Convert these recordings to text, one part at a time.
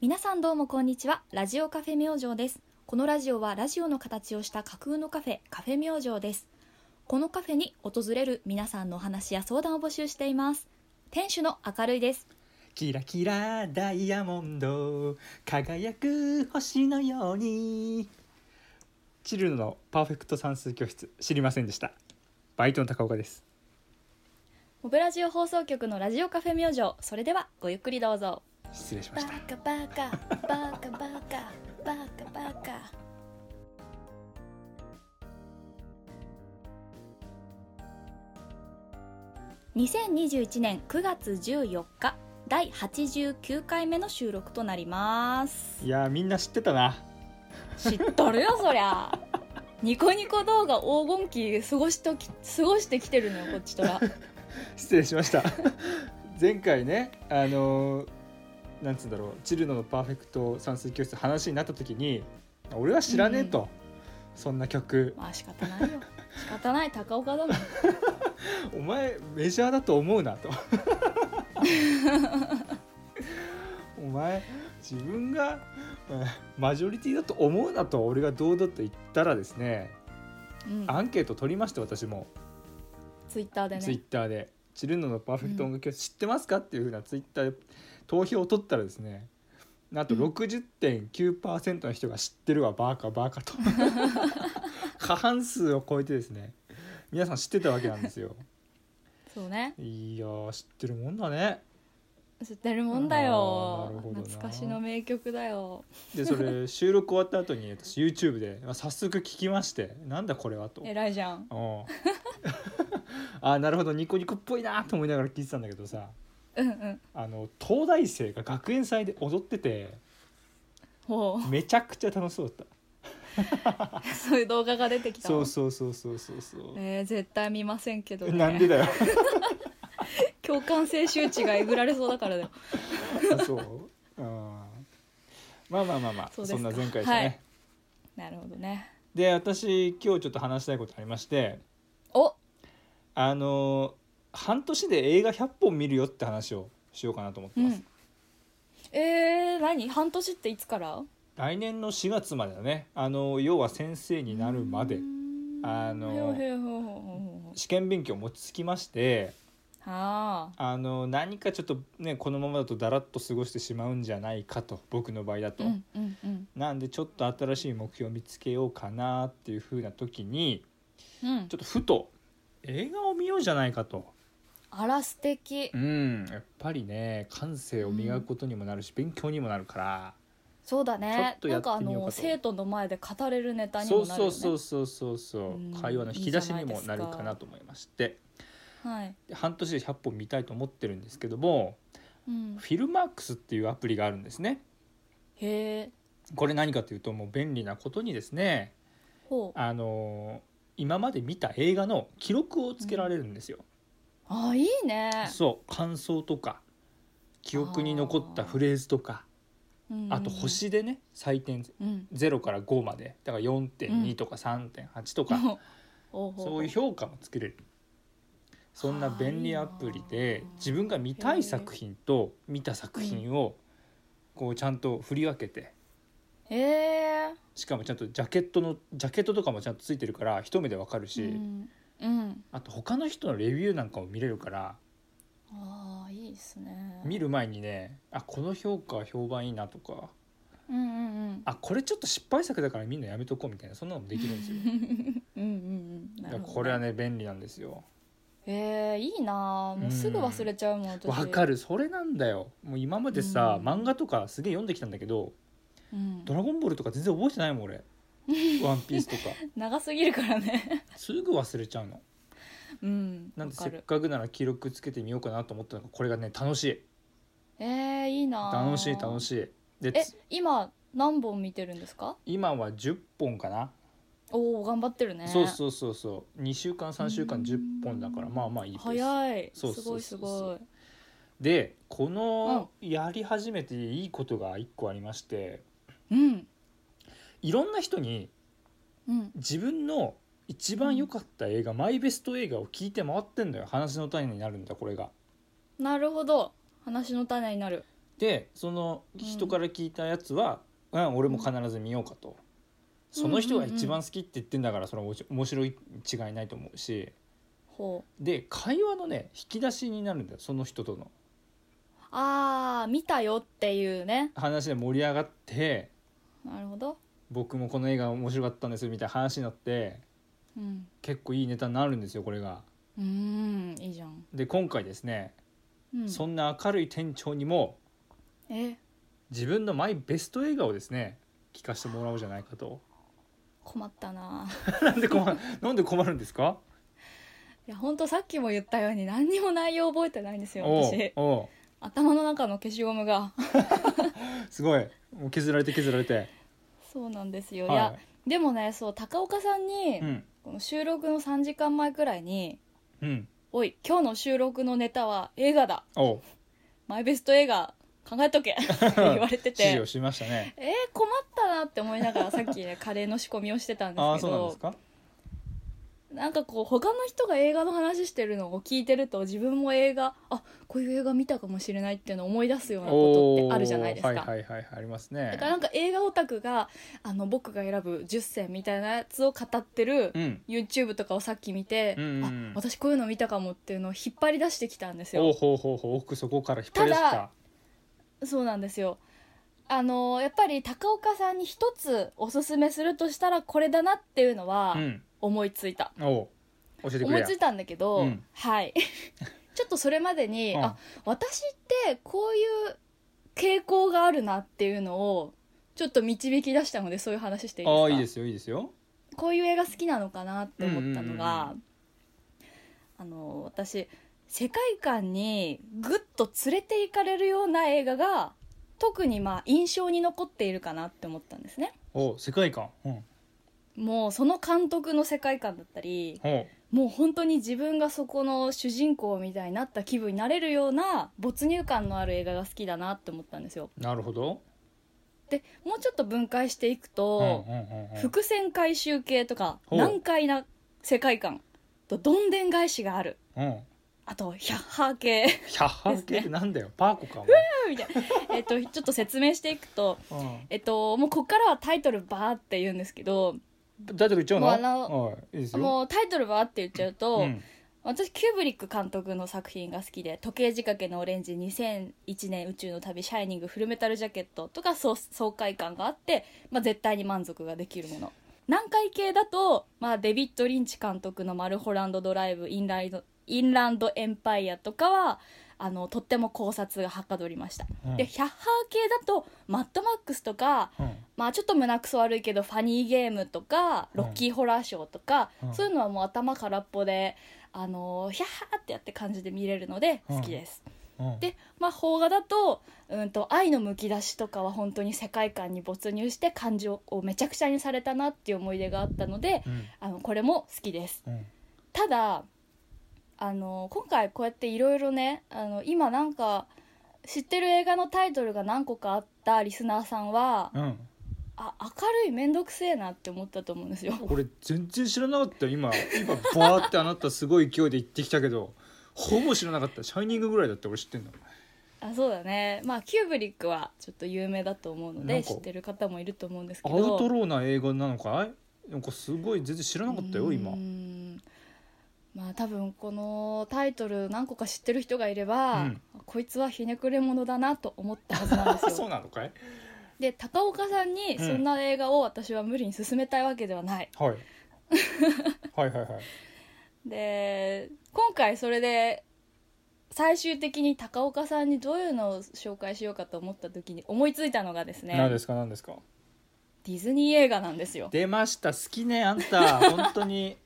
皆さんどうもこんにちはラジオカフェ明星ですこのラジオはラジオの形をした架空のカフェカフェ明星ですこのカフェに訪れる皆さんのお話や相談を募集しています店主の明るいですキラキラダイヤモンド輝く星のようにチルノのパーフェクト算数教室知りませんでしたバイトの高岡ですモブラジオ放送局のラジオカフェ明星それではごゆっくりどうぞ失礼しまバしカたバカバカバカバカバカ2021年9月14日第89回目の収録となりますいやーみんな知ってたな知っとるよそりゃニコニコ動画黄金期過ごしとき過ごしてきてるのよこっちとら失礼しました前回ねあのーなんつうんだろうチルノのパーフェクト算数教室話になった時に俺は知らねえと、そんな曲まあ仕方ないよ仕方ない高岡だもんお前メジャーだと思うなとお前自分がえーマジョリティだと思うなと俺が堂々と言ったらですねうんアンケート取りまして私もツイッターでツイねッターで「チルノのパーフェクト音楽教室知ってますか?」っていうふうなツイッターで投票を取ったらですねなんとうん60.9%の人が知ってるわバーカバー カと過半数を超えてですね皆さん知ってたわけなんですよそうねいやー知ってるもんだね知ってるもんだよあーなるほどな懐かしの名曲だよでそれ収録終わった後に私 YouTube でまあ早速聞きましてなんだこれはと。うん 偉いじゃんあーなるほどニコニコっぽいなと思いながら聞いてたんだけどさうんうんあの東大生が学園祭で踊っててほめちゃくちゃ楽しそうだったう そういう動画が出てきたそもんうそうそうそうそうそう、えー絶対見ませんけど、ね、なんでだよ 共感性周知がえぐられそうだから だよあそう、うん、まあまあまあまあそそうですんかな前回ですね、はいなるほどねで私今日ちょっと話したいことありましておあの半年で映画100本見るよって話をしようかなと思ってうます、んえー、何半年っていつから来年の4月までだねあの要は先生になるまでうーんあのへーへーほうほうほうほうほう試験勉強を落ち着きましてはああの何かちょっとねこのままだとだらっと過ごしてしまうんじゃないかと僕の場合だと、うんうんうんなんでちょっと新しい目標を見つけようかなっていう風な時にうんちょっとふと映画を見ようじゃないかとあら素敵うんやっぱりね感性を磨くことにもなるし、勉強にもなるからそうだねちょなっんとかやあってみようかとの生徒の前で語れるネタにそもうなるよそねうそうそうそうそううん会話の引き出しにもなるかなと思いましてはい、で半年で100本見たいと思ってるんですけどもうん、フィルマークスっていうアプリがあるんですねへえこれ何かというともう便利なことにですねほうあのー今まで見た映画の記録をつけられるんですよ、あいいね、そう感想とか記憶に残ったフレーズとかうんあと、星でね採点うん、 0から5までだからうん4.2とか3.8とか、 おうほそういう評価もつけれるそんな便利アプリあーいいでな自分が見たい作品と見た作品をこうちゃんと振り分けてへえしかもちゃんとジャケットのジャケットとかもちゃんとついてるから一目でわかるうし、ん、うん、あと他の人のレビューなんかも見れるからああいいですね見る前にねあこの評価は評判いいなとかうんうんあこれちょっと失敗作だからみんなやめとこうみたいなそんなのもできるん ですようんうんうんうんなだるからほどこれはね便利なんですよえー、いいなーもうすぐ忘れちゃうもん私わかる、るそれなんだよもう今までさ、うん漫画とかすげえ読んできたんだけどうん「ド、ラゴンボール」とか全然覚えてないもん俺「ワンピースと か長すぎるからね すぐ忘れちゃうのうんなんわでかせっるかくなら記録つけてみようかなと思ったのがこれがね楽しいえー、いいなー楽しい楽しいでえつ今何本見てるんですか今は10本かなおお頑張ってるねそうそうそうそう2週間3週間うん10本だからまあまあいいペース早いそうそうそうすごいすでこのやり始めていいことが1個ありましてごいうんいろんな人にうん自分の一番良かった映画、マイベスト映画を聞いて回ってんだよ話の種になるんだこれがなるほど話の種になるでそのうん人から聞いたやつは、うん、俺も必ず見ようかと。その人が一番好きって言ってんだからそれはおもし面白いに違いないと思うしほうで会話のね引き出しになるんだよその人とのあー見たよっていうね話で盛り上がってなるほど僕もこの映画面白かったんですみたいな話になってうん結構いいネタになるんですよこれが。うーんいいじゃん、で今回ですね、うん、そんな明るい店長にもえ自分のマイベスト映画をですね聞かせてもらおうじゃないか と。困ったななんで困るなんで困るんですか いや本当さっきも言ったように何にも内容覚えてないんですよおう私お頭の中の消しゴムが うすごいもう削られて削られて。そうなんですよ、い、はやでもねそう高岡さんに、い、うんこの収録の3時間前くらいにうん「おい今日の収録のネタは映画だおうマイベスト映画考え とけ」って言われて指示てをしましたね。えー、困ったなって思いながらさっきねカレーの仕込みをしてたんでああすけそうなんでどすか。なんかこう他の人が映画の話してるのを聞いてると自分も映画あこういう映画見たかもしれないっていうのを思い出すようなことってあるじゃないですか、おーはいはいはいはいありますね。だからなんか映画オタクがあの僕が選ぶ10選みたいなやつを語ってるうん YouTube とかをさっき見て、うんうんうんあ私こういうの見たかもっていうのを引っ張り出してきたんですおうよほうほうほう奥そこから引っ張り出しただそうなんですよあのやっぱり高岡さんに一つおすすめするとしたらこれだなっていうのはうん思いついた、おう教えてく思れいやついたんだけど、うんはい ちょっとそれまでに、うんあ私ってこういう傾向があるなっていうのをちょっと導き出したのでそういう話していいですあかあいいですよいいですよこういう映画好きなのかなって思ったのうんうんうんが、あの私世界観にぐっと連れて行かれるような映画が特にまあ印象に残っているかなって思ったんですねおう世界観うんもうその監督の世界観だったりおうもう本当に自分がそこの主人公みたいになった気分になれるような没入感のある映画が好きだなって思ったんですよなるほどでもうちょっと分解していくうと、んうんうんうん伏線回収系とかほう難解な世界観とどんでん返しがあるうんあとヒャッハー系 百八系ってなんだよパーコかみたいな、えっと、ちょっと説明していくと、お前えっと、もうここからはタイトルバーって言うんですけどうん大丈夫言っちゃうのもうあのおいいいですよもうタイトルバーって言っちゃうと、うん私キューブリック監督の作品が好きで「時計仕掛けのオレンジ」2001年宇宙の旅「シャイニング」「フルメタルジャケット」とかそう爽快感があって、まあ、絶対に満足ができるもの南海系だと、まあ、デビッド・リンチ監督の「マルホランド・ドライブ」インライド「インランド・エンパイア」とかはあのとっても考察がはかどりました、うんでヒャッハー系だと「マッドマックス」とかうんまあちょっと胸くそ悪いけどファニーゲームとかうんロッキーホラーショーとか、うんそういうのはもう頭空っぽであのーヒャッハーってやって感じで見れるのでうん好きです、うんでまあ邦画だとうんと愛のむき出しとかは本当に世界観に没入して感情をめちゃくちゃにされたなっていう思い出があったのでうんあのこれも好きですうんただあの今回こうやっていろいろねあの今なんか知ってる映画のタイトルが何個かあったリスナーさんは、うんあ明るい面倒くせえなって思ったと思うんですよ俺全然知らなかったよ今今バーってあなたすごい勢いで言ってきたけどほぼ知らなかったシャイニングぐらいだって俺知ってんのあそうだねまあキューブリックはちょっと有名だと思うのなんでか知ってる方もいると思うんですけアどウトローな映画なのかいなんかすごい全然知らなかったよ今うーんまあ多分このタイトル何個か知ってる人がいれば、うんこいつはひねくれ者だなと思ったはずなん ですそうよなのかいで高岡さんにうんそんな映画を私は無理に勧めたいわけではない、はいはいはいはいで今回それで最終的に高岡さんにどういうのを紹介しようかと思った時に思いついたのが ですね何ですか何ですかディズニー映画なんですよ出ました好きねあんた本当に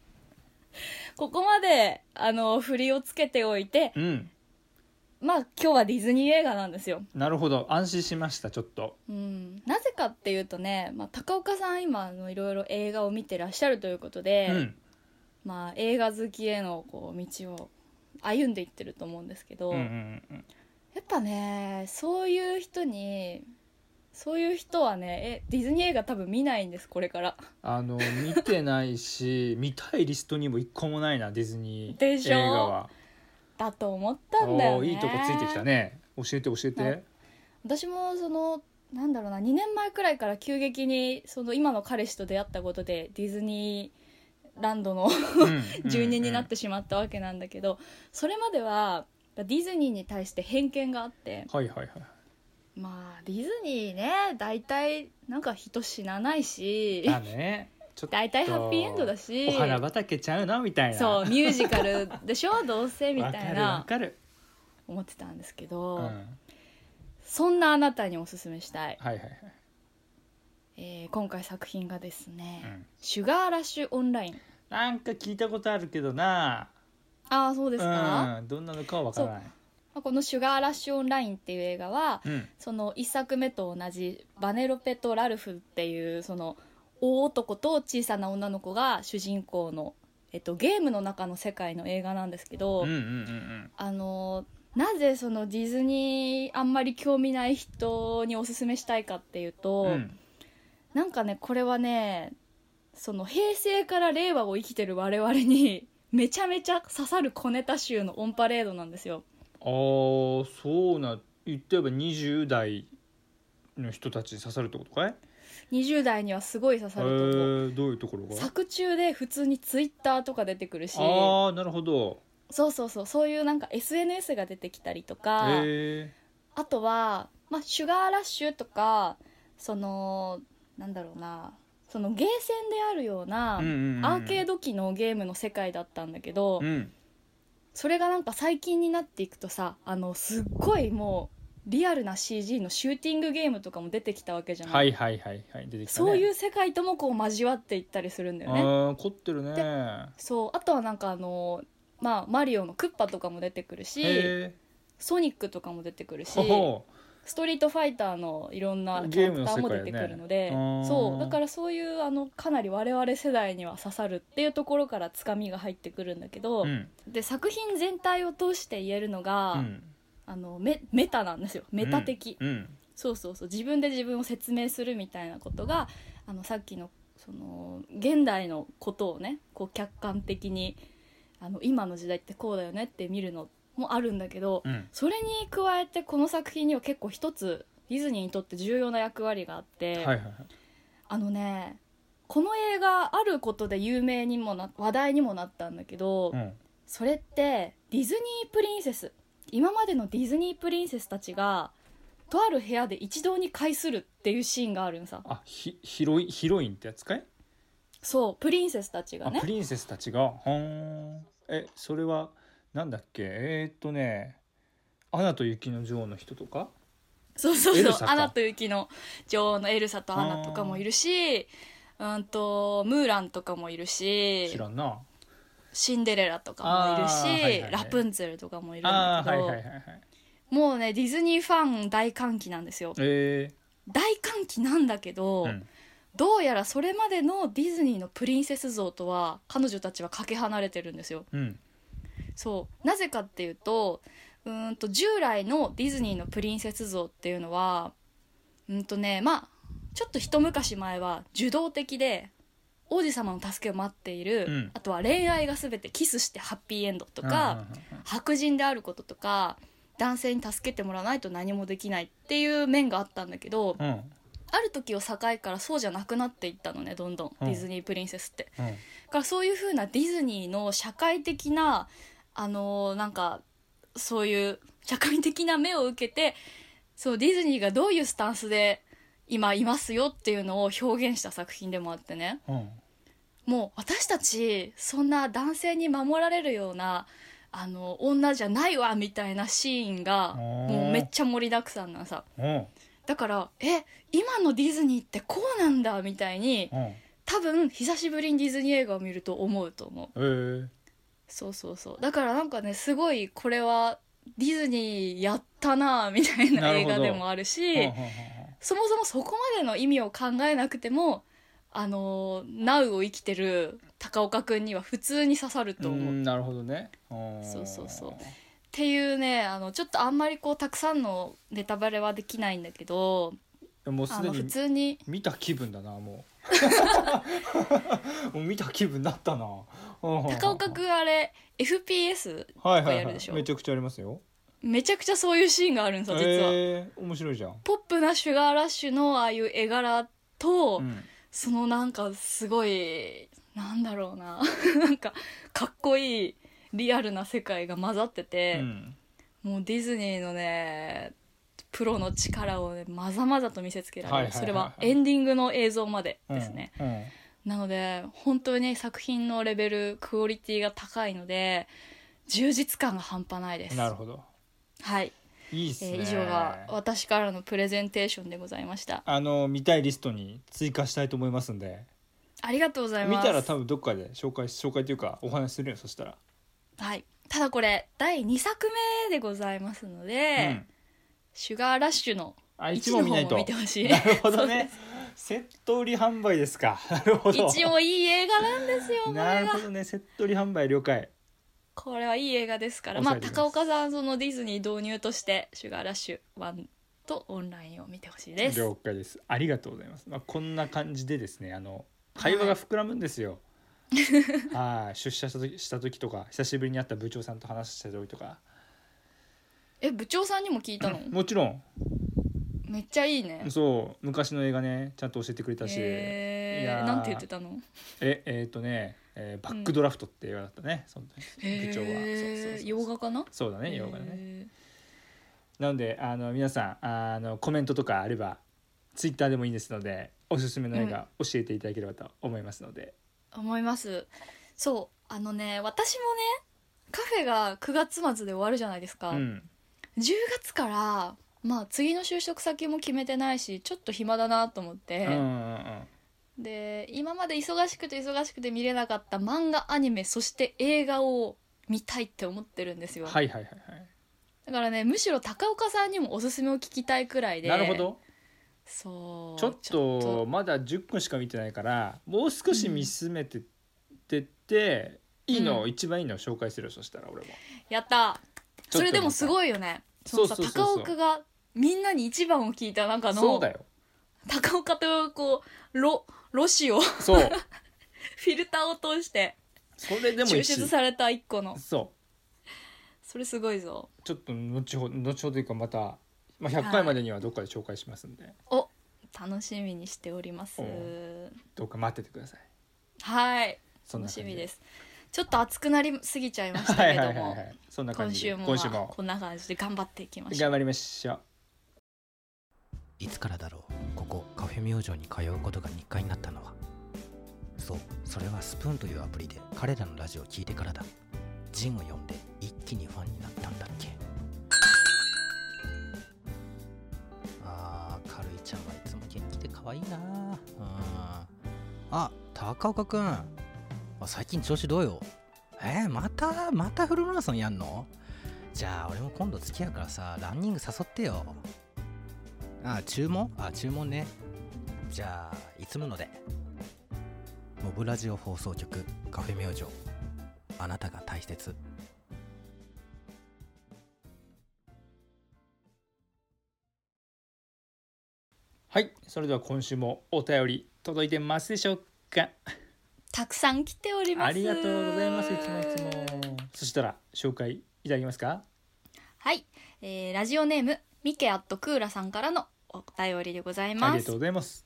ここまであの振りをつけておいてうんまあ今日はディズニー映画なんですよ、なるほど安心しましたちょっとうん、なぜかっていうとね、まあ、高岡さん今あのいろいろ映画を見てらっしゃるということで、うんまあ、映画好きへのこう道を歩んでいってると思うんですけど、うんうんうんやっぱねそういう人にそういう人はねえディズニー映画多分見ないんですこれからあの見てないし見たいリストにも一個もないなディズニでーしょ映画はだと思ったんだよおねーいいとこついてきたね教えて教えなて私もそのなんだろうな2年前くらいから急激にその今の彼氏と出会ったことでディズニーランドの住人になってしまったわけなんだけど、それまではディズニーに対して偏見があってはいはいはいまあディズニーね大体なんか人死なないしだねちょっと大体ハッピーエンドだしお花畑ちゃうのみたいなそうミュージカルでしょどうせみたいわなかる思ってたんですけわど、かる、うん、そんなあなたにおすすめしたい、はいはいはい、えー今回作品がですね「うん、シュガーラッシュオンラインなんか聞いたことあるけどな」ああそうですか、うん、どんなのかはわからないまあこの「シュガーラッシュオンライン」っていう映画はうんその1作目と同じバネロペとラルフっていうその大男と小さな女の子が主人公の、えっと、ゲームの中の世界の映画なんですけど、うんうんうんあのなぜそのディズニーあんまり興味ない人におすすめしたいかっていうと、うんうんなんかねこれはねその平成から令和を生きてる我々にめちゃめちゃ刺さる小ネタ集のオンパレードなんですよ。あーそうな言ってば20代の人たちに刺さるってことかい20代にはすごい刺えさると思う。ー、どういうところが作中で普通にツイッターとか出てくるしああなるほどそうそうそうそういうなんか SNS が出てきたりとか、へえあとは、まあ、シュガーラッシュとかそのなんだろうなそのゲーセンであるような、うんうんうんアーケード機のゲームの世界だったんだけど、うんそれがなんか最近になっていくとさあのすっごいもうリアルな CG のシューティングゲームとかも出てきたわけじゃない、はいはいはいはい出てきたねそういうう世界ともこう交わっていったりするんだよね。ああ凝ってるねでそうあとはなんかあのまあ、マリオのクッパとかも出てくるしへえソニックとかも出てくるしほほストリートファイターのいろんなキャラクターも出てくるのでゲームの世界ねうんそうだからそういうあのかなり我々世代には刺さるっていうところからつかみが入ってくるんだけど、うんで作品全体を通して言えるのが、うんあのメメタなんですよメタ的、うんそうそうそう自分で自分を説明するみたいなことがあのさっきのその現代のことをねこう客観的にあの今の時代ってこうだよねって見るのもあるんだけど、うんそれに加えてこの作品には結構一つディズニーにとって重要な役割があっはて、いはいはいあのねこの映画あることで有名にもな話題にもなったんだけど、うんそれってディズニープリンセス今までのディズニープリンセスたちがとある部屋で一堂に会するっていうシーンがあるんさあひヒロインヒロインってやつかいそうプリンセスたちがあプねリンセスたちがほーんえそれはなんだっけえーっとね「アナと雪の女王」の人とかそうそうエそルうサ「かアナと雪の女王」のエルサとアナとかもいるしうんとムーランとかもいるし知らんなシンデレラとかもいるし、あーはいはいはいラプンツェルとかもいるんあだけあはいど、はいはいはいもうねディズニーファン大歓喜なんですよえ大歓喜なんだけど、ーうん、どうやらそれまでのディズニーのプリンセス像とは彼女たちはかけ離れてるんですようん、そうなぜかっていうとうーんと従来のディズニーのプリンセス像っていうのはうんとねまあちょっと一昔前は受動的で王子様の助けを待っている、うんあとは恋愛が全てキスしてハッピーエンドとか、うんうんうん白人であることとか男性に助けてもらわないと何もできないっていう面があったんだけどうんうんある時を境からそうじゃなくなっていったのねどんどんうんディズニープリンセスって。うんだからそういう風なディズニーの社会的なあのーなんかそういう社会的な目を受けてそうディズニーがどういうスタンスで今いますよっていうのを表現した作品でもあってね。うんもう私たちそんな男性に守られるようなあの女じゃないわみたいなシーンがあーもうめっちゃ盛りだくさんなのさうんだからえ今のディズニーってこうなんだみたいにうん多分久しぶりにディズニー映画を見ると思うと思うえーそうそうそうだからなんかねすごいこれはディズニーやったなぁみたいななる映ほど画でもあるしうんうんそもそもそこまでの意味を考えなくてもあのー Now を生きてる高岡くんには普通に刺さるとうんう思うっんなるほどねうんそうそうそうていうねあのちょっとあんまりこうたくさんのネタバレはできないんだけどでももうあすでの普に通に見た気分だなも うもう見た気分だったな高高岡くんあれ FPS はいはいやはるでしいょめちゃくちゃありますよめちゃくちゃそういうシーンがあるんですよ実は、えー面白いじゃん、ポップなシュガーラッシュのああいう絵柄と、うんそのなんかすごいなんだろうな なんかかっこいいリアルな世界が混ざってうて、ん、もうディズニーのねプロの力をねまざまざと見せつけられる、はいはいはいはいそれはエンディングの映像までですね、うん、なので本当に作品のレベルクオリティが高いので充実感が半端ないでうすんなるほどはい、いいっすえね、ー以上が私からのプレゼンテーションでございましたあの見たいリストに追加したいと思いますんでありがとうござい見ますたら多分どっかで紹介紹介というかお話しするよそしたら、はい、ただこれ第2作目でございますので、うんシュガーラッシュのあ一1もの見な方いもと見てほしいな るほどねセット売り販売ですか なるほど一応いい映画なんですよこれなるがほどねセット売り販売了解これはいい映画ですからまあ抑えてみます高岡さんそのディズニー導入としてシュガーラッシュ1とオンラインを見てほしいです了解ですありがとうございます、まあ、こんな感じでですねあの会話が膨らむんで すよはい出社した時した時とか久しぶりに会った部長さんと話した時とかえ部長さんにも聞いたのもちろんめっちゃいいねそう昔の映画ねちゃんと教えてくれたし、いえやー、ーなんて言ってたのええっ、とね、えーバックドラフトって映画だったね、その時部長は、えー、そう洋そうそう画かなそうだね洋画だね、えなのであの皆さんあのコメントとかあればツイッターでもいいですのでおすすめの映画教えていただければと思いますので、ー思いますそうあのね私もねカフェが9月末で終わるじゃないですか、うん10月からまあ次の就職先も決めてないしちょっと暇だなと思っうてんうん、うんで今まで忙しくて忙しくて見れなかった漫画アニメそして映画を見たいって思ってるんですよ、はいはいはいはい、だからねむしろ高岡さんにもおすすめを聞きたいくらいでなるほどそうちょっとまだ10個しか見てないからもう少し見進めてってって、いいの、う一番いいのを紹介するよそしたら俺もやったちょっとそれでもすごいよねそのさそうそうそうそう高岡がみんなに一番を聞いた中そうのだよ高岡とこうロロシを フそうィルターを通してそれでもい抽いし出された一個のそうそれすごいぞちょっと後ほど後ほどというかまた、まあ、100回までにはどっかで紹介しますんで、お楽しみにしておりますおどうか待っててくださいはいそんな楽感じしみですちょっと熱くなりすぎちゃいましたはけいはいどはいはもいそんな感今じで週も今週まあもこんな感じで頑張っていきましょう頑張りましょういつからだろうここカフェ明星に通うことが日課になったのはそうそれはスプーンというアプリで彼らのラジオを聞いてからだジンを呼んで一気にファンになったんだっけあーかるいちゃんはいつも元気で可愛いなうんあ高岡くんあ最近調子どうよえー、またまたフルマラソンやんのじゃあ俺も今度付き合うからさランニング誘ってよあ注文あ注文ねじゃあいつものでモブラジオ放送局カフェ明星あなたが大切はいそれでは今週もお便り届いてますでしょうかたくさん来ておりますありがとうございますいつもいつもそしたら紹介いただけますかはい、えーラジオネームミケアットクーラさんからのお便りでございあまりがとうすございます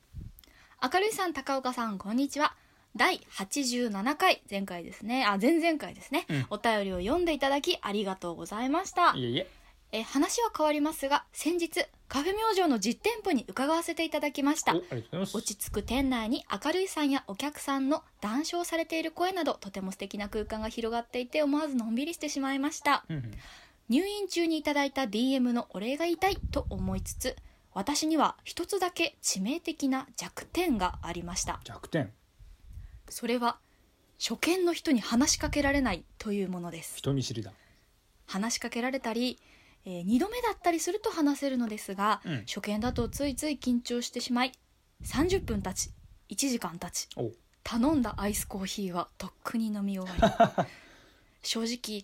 明るいさん高岡さんこんにちは第87回前回ですねあ前々回ですね、うんお便りを読んでいただきありがとうございましたいえいええー話は変わりますが先日カフェ明星の実店舗に伺わせていただきましおたありがとうございます落ち着く店内に明るいさんやお客さんの談笑されている声などとても素敵な空間が広がっていて思わずのんびりしてしまいましたうんうん入院中にいただいた DM のお礼が言いたいと思いつつ私には一つだけ致命的な弱点がありました弱点それは初見の人に話しかけられないというものです人見知りだ話しかけられたり、え2度目だったりすると話せるのですが、うん初見だとついつい緊張してしまい30分たち1時間たちお頼んだアイスコーヒーはとっくに飲み終わり 正直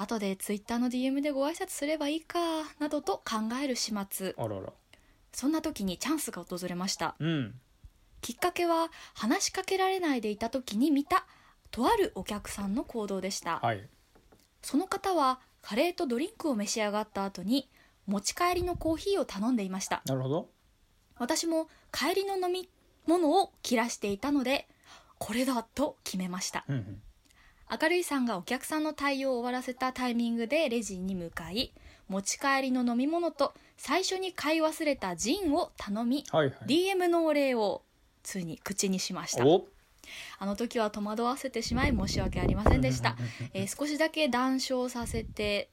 後でツイッターの DM でご挨拶すればいいかなどと考える始末あらあらそんな時にチャンスが訪れましたうんきっかけは話しかけられないでいた時に見たとあるお客さんの行動でした、はいその方はカレーとドリンクを召し上がった後に持ち帰りのコーヒーを頼んでいましたなるほど私も帰りの飲み物を切らしていたのでこれだと決めましたうんうん明るいさんがお客さんの対応を終わらせたタイミングでレジに向かい持ち帰りの飲み物と最初に買い忘れたジンを頼みはいはい DM のお礼をついに口にしましたおあの時は戸惑わせてしまい申し訳ありませんでしたうんうんうんうんえー少しだけ談笑させて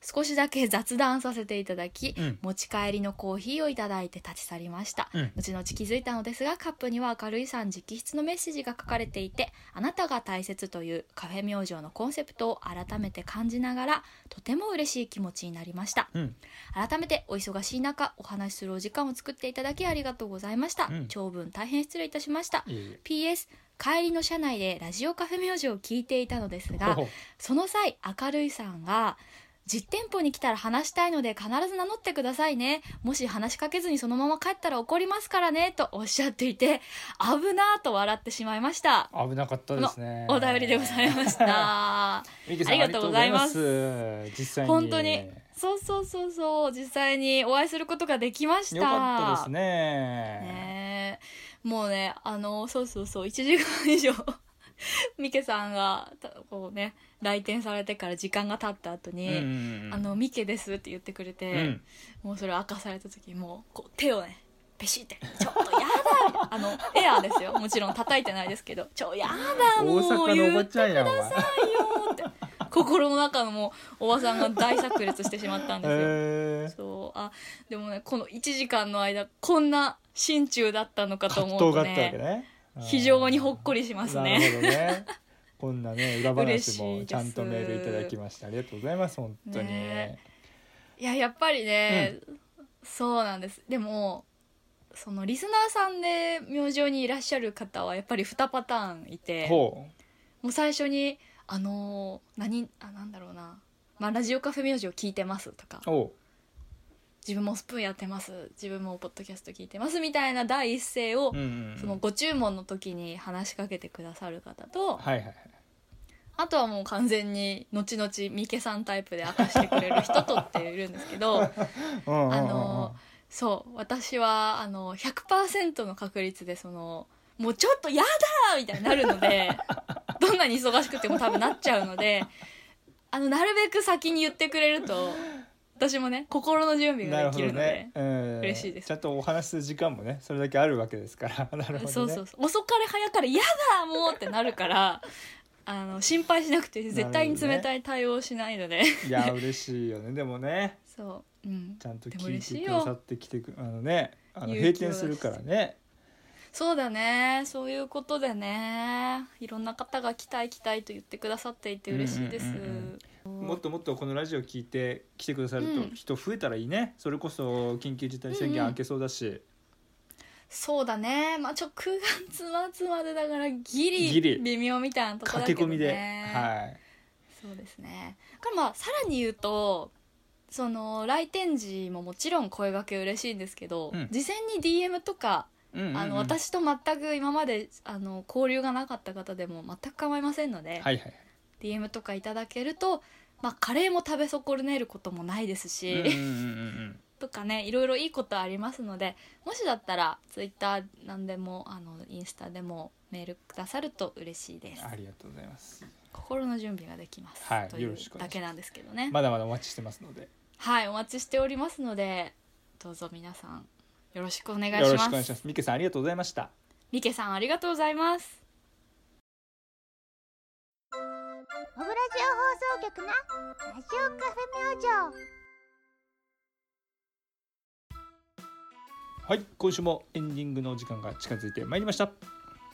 少しだけ雑談させていただき、うん持ち帰りのコーヒーをいただいて立ち去りました、うん後々気づいたのですがカップには明るいさん直筆のメッセージが書かれていて「あなたが大切」というカフェ明星のコンセプトを改めて感じながらとても嬉しい気持ちになりましたうん改めてお忙しい中お話しするお時間を作っていただきありがとうございました、うん長文大変失礼いたしましたいいいい PS 帰りの車内でラジオカフェ明星を聞いていたのですがほほその際明るいさんが実店舗に来たら話したいので必ず名乗ってくださいねもし話しかけずにそのまま帰ったら怒りますからねとおっしゃっていて危なぁと笑ってしまいました危なかったですねお便りでございま したミキさんありがとうございますありがとうございます実際に本当にそうそうそうそう実際にお会いすることができましたよかったですねねえもうねあのそうそうそう1時間以上ミケさんがたこうね来店されてから時間が経った後うんにうん「うんあのミケです」って言ってくれうて、んもうそれ明かされた時もうこう手をねペシって「ちょっとやだ」あのエアーですよもちろん叩いてないですけど「ちょやだ大もう阪のお言ばってちゃんやんお前よ」って心の中のもうおばさんが大炸裂してしまったんですよ。えそうあでもねこの1時間の間こんな心中だったのかーと葛思う藤がとあったわけねね非常にほっこりりしますなねるほどねこんなね裏嬉話しいでもすちゃんとメールいただきましてありがとうございます本当に、ねいややっぱりね、そうなんですでもそのリスナーさんで明星にいらっしゃる方はやっぱり2パターンいてもほう最初にあのー何あなんだろうな、まあ、ラジオカフェ明星を聞いてますとかうおう自分もスプーンやってます自分もポッドキャスト聞いてますみたいな第一声を、うんうんうんそのご注文の時に話しかけてくださる方とはいはいはいあとはもう完全に後々三毛さんタイプで明かしてくれる人とっているんですけどうんうんうんうんあのそう私はあの100%の確率でそのもうちょっとやだーみたいになるので どんなに忙しくても多分なっちゃうのであのなるべく先に言ってくれると私もね心の準備がなるできほどるのでね。。うん嬉しいですちゃんとお話しする時間もね、それだけあるわけですから。 なるほどね。そうそうそう遅かれ早かれ「やだもう!」ってなるからあの心配しなくていい絶対に冷たい対応をしないので、いや嬉しいよね。でもね、そう、うんち、ゃんとでも聞い嬉していくよださってきてくあのね、あの勇閉気を店出してするからね。そうだねそういうことでねいろんな方が「来たい来たい」と言ってくださっていて嬉しいです、うんうんうんもっともっとこのラジオ聞いて来てくださるうんと人増えたらいいね。それこそ緊急事態宣うんう言ん明けそうだし、そうだねまあちょ9月末までだからギリギリ微妙みたいなとこだけ駆けど込みで、ねはい。そうですねからまあさらに言うとその来店時ももちろん声掛け嬉しいんですけど、うん事前に DM とかうんうんうんあの私と全く今まであの交流がなかった方でも全く構いませんので、はいはい。 DM とかいただけると、まあ、カレーも食べ損ねることもないですし、うんうんうんとかねいろいろいいことありますのでもしだったら Twitter なんでもあのインスタでもメールくださると嬉しいでうすん。ありがとうございます。心の準備ができます、はいといようろしくおだ願いしますけなんですけどね、まだまだお待ちしてますので、よはいお待ちしておりますのでどうぞ皆さんよろしくお願いろししくおま願いしすます。ミケさんありがとうございました。みけさんありがとうございますオブラジオ放送局なラジオカフェ明星はい、今週もエンディングのお時間が近づいてまいりました。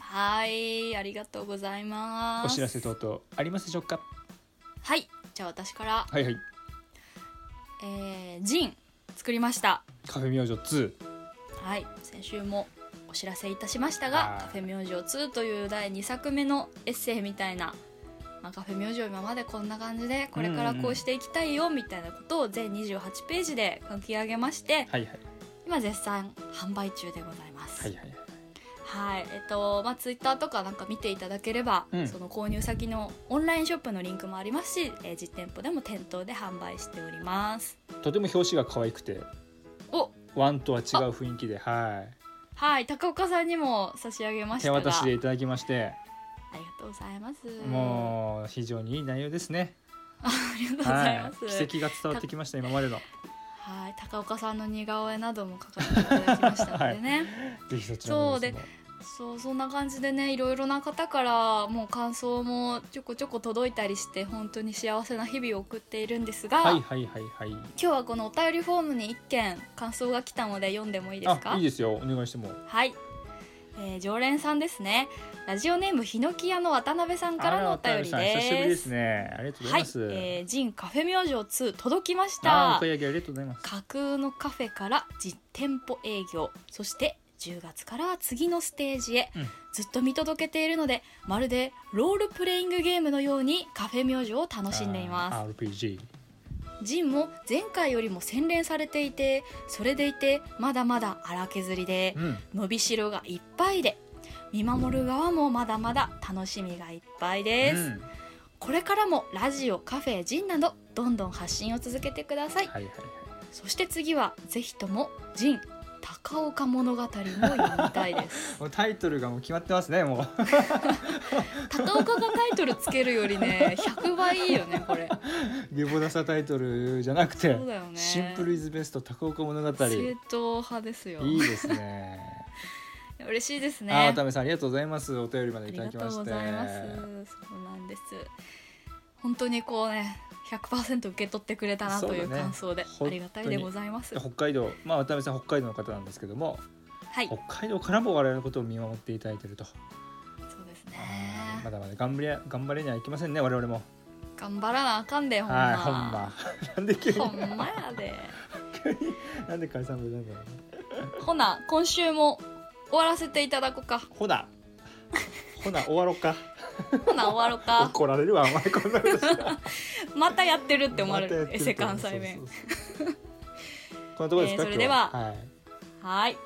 はいありがとうございますお知らせ等々ありますでしょうか。はいじゃあ私から、はいはい。えージン作りましたカフェ明星2。はい先週もお知らせいたしましたが「はいカフェ明星2」という第2作目のエッセイみたいな、まあ、カフェ明星今までこんな感じでこれからこうしていきたいよみたいなことを全28ページで書き上げましてはいはい今絶賛販売中でございます、はいはい。はいえっとまあ、ツイッターとかなんか見ていただければ、うんその購入先のオンラインショップのリンクもありますし、えー実店舗でも店頭で販売しておりますとても表紙が可愛くておワンとは違う雰囲気でははい高岡さんにも差し上げまいした手があり渡がしでいただきましてとうございますもう非常にいい内容ですねうありがとうございはます、い奇跡が伝わってきました今までのはい高岡さんの似顔絵なども書かせていただきましたのでね、ぜひそちらの様子もそうでそうそんな感じでねいろいろな方からもう感想もちょこちょこ届いたりして本当に幸せな日々を送っているんですが、はい今はいはいはい日はこのお便りフォームに一件感想が来たので読んでもいいですかあいいですよお願いしてもはい、えー常連さんですねラジオネームひのき屋の渡辺さんからのお便りあら渡辺さん久しぶりでですすねありがとうござはいいま、す、えー、ジンカフェ明星2届きましあーたお買い上げありがとうございます架空のカフェから実店舗営業そして10月からは次のステージへ、うんずっと見届けているのでまるでロールプレイングゲームのようにカフェ明星を楽しんでいますあー RPG ジンも前回よりも洗練されていてそれでいてまだまだ荒削りでうん伸びしろがいっぱいで見守る側もまだまだ楽しみがいっぱいです、うんこれからもラジオカフェジンなどどんどん発信を続けてくださいはいはいはいそして次はぜひともジン高岡物語も読みたいです もうタイトルがもう決まってますねもう高岡がタイトルつけるよりね100倍いいよねこれ下ボダサタイトルじゃなく て、そうだ よねシンプルイズベスト高岡物語正い統派ですよいですね嬉しいですあーね渡辺さんありがとうございますお便りまあでいりただがきとまうしてございますそうなんです本当にこうね100%受け取ってくれたなというそうだね感想で、ありがたいでございます北海道まあ渡辺さん北海道の方なんですけどもはいそ北海道からも我々のことを見守っていただいてるとうですねまだまだ頑張れ頑張れにはいきませんね我々も頑張らなあかんでほんはいほんまま なんで急 にほんまやでなんで解散部なんだろうねほな今週も終わらせていただこうか ほなほな終わろうかほな終わろう か怒られるわお前こんなことしたらまたや ってるって思われまたやるっ、てエるセ関西弁そうそうそうこんなところですか、えーそれでは今日はいはい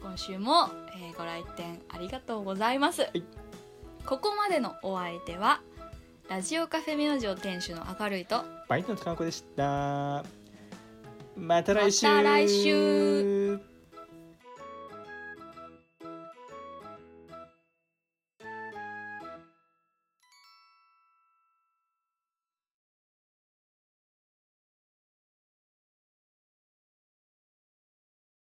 今週も、えーご来店ありがとうございます、いここまでのお相手はラジオカフェ明星店主の明るいとバイトのかなこでしたまた来週また来週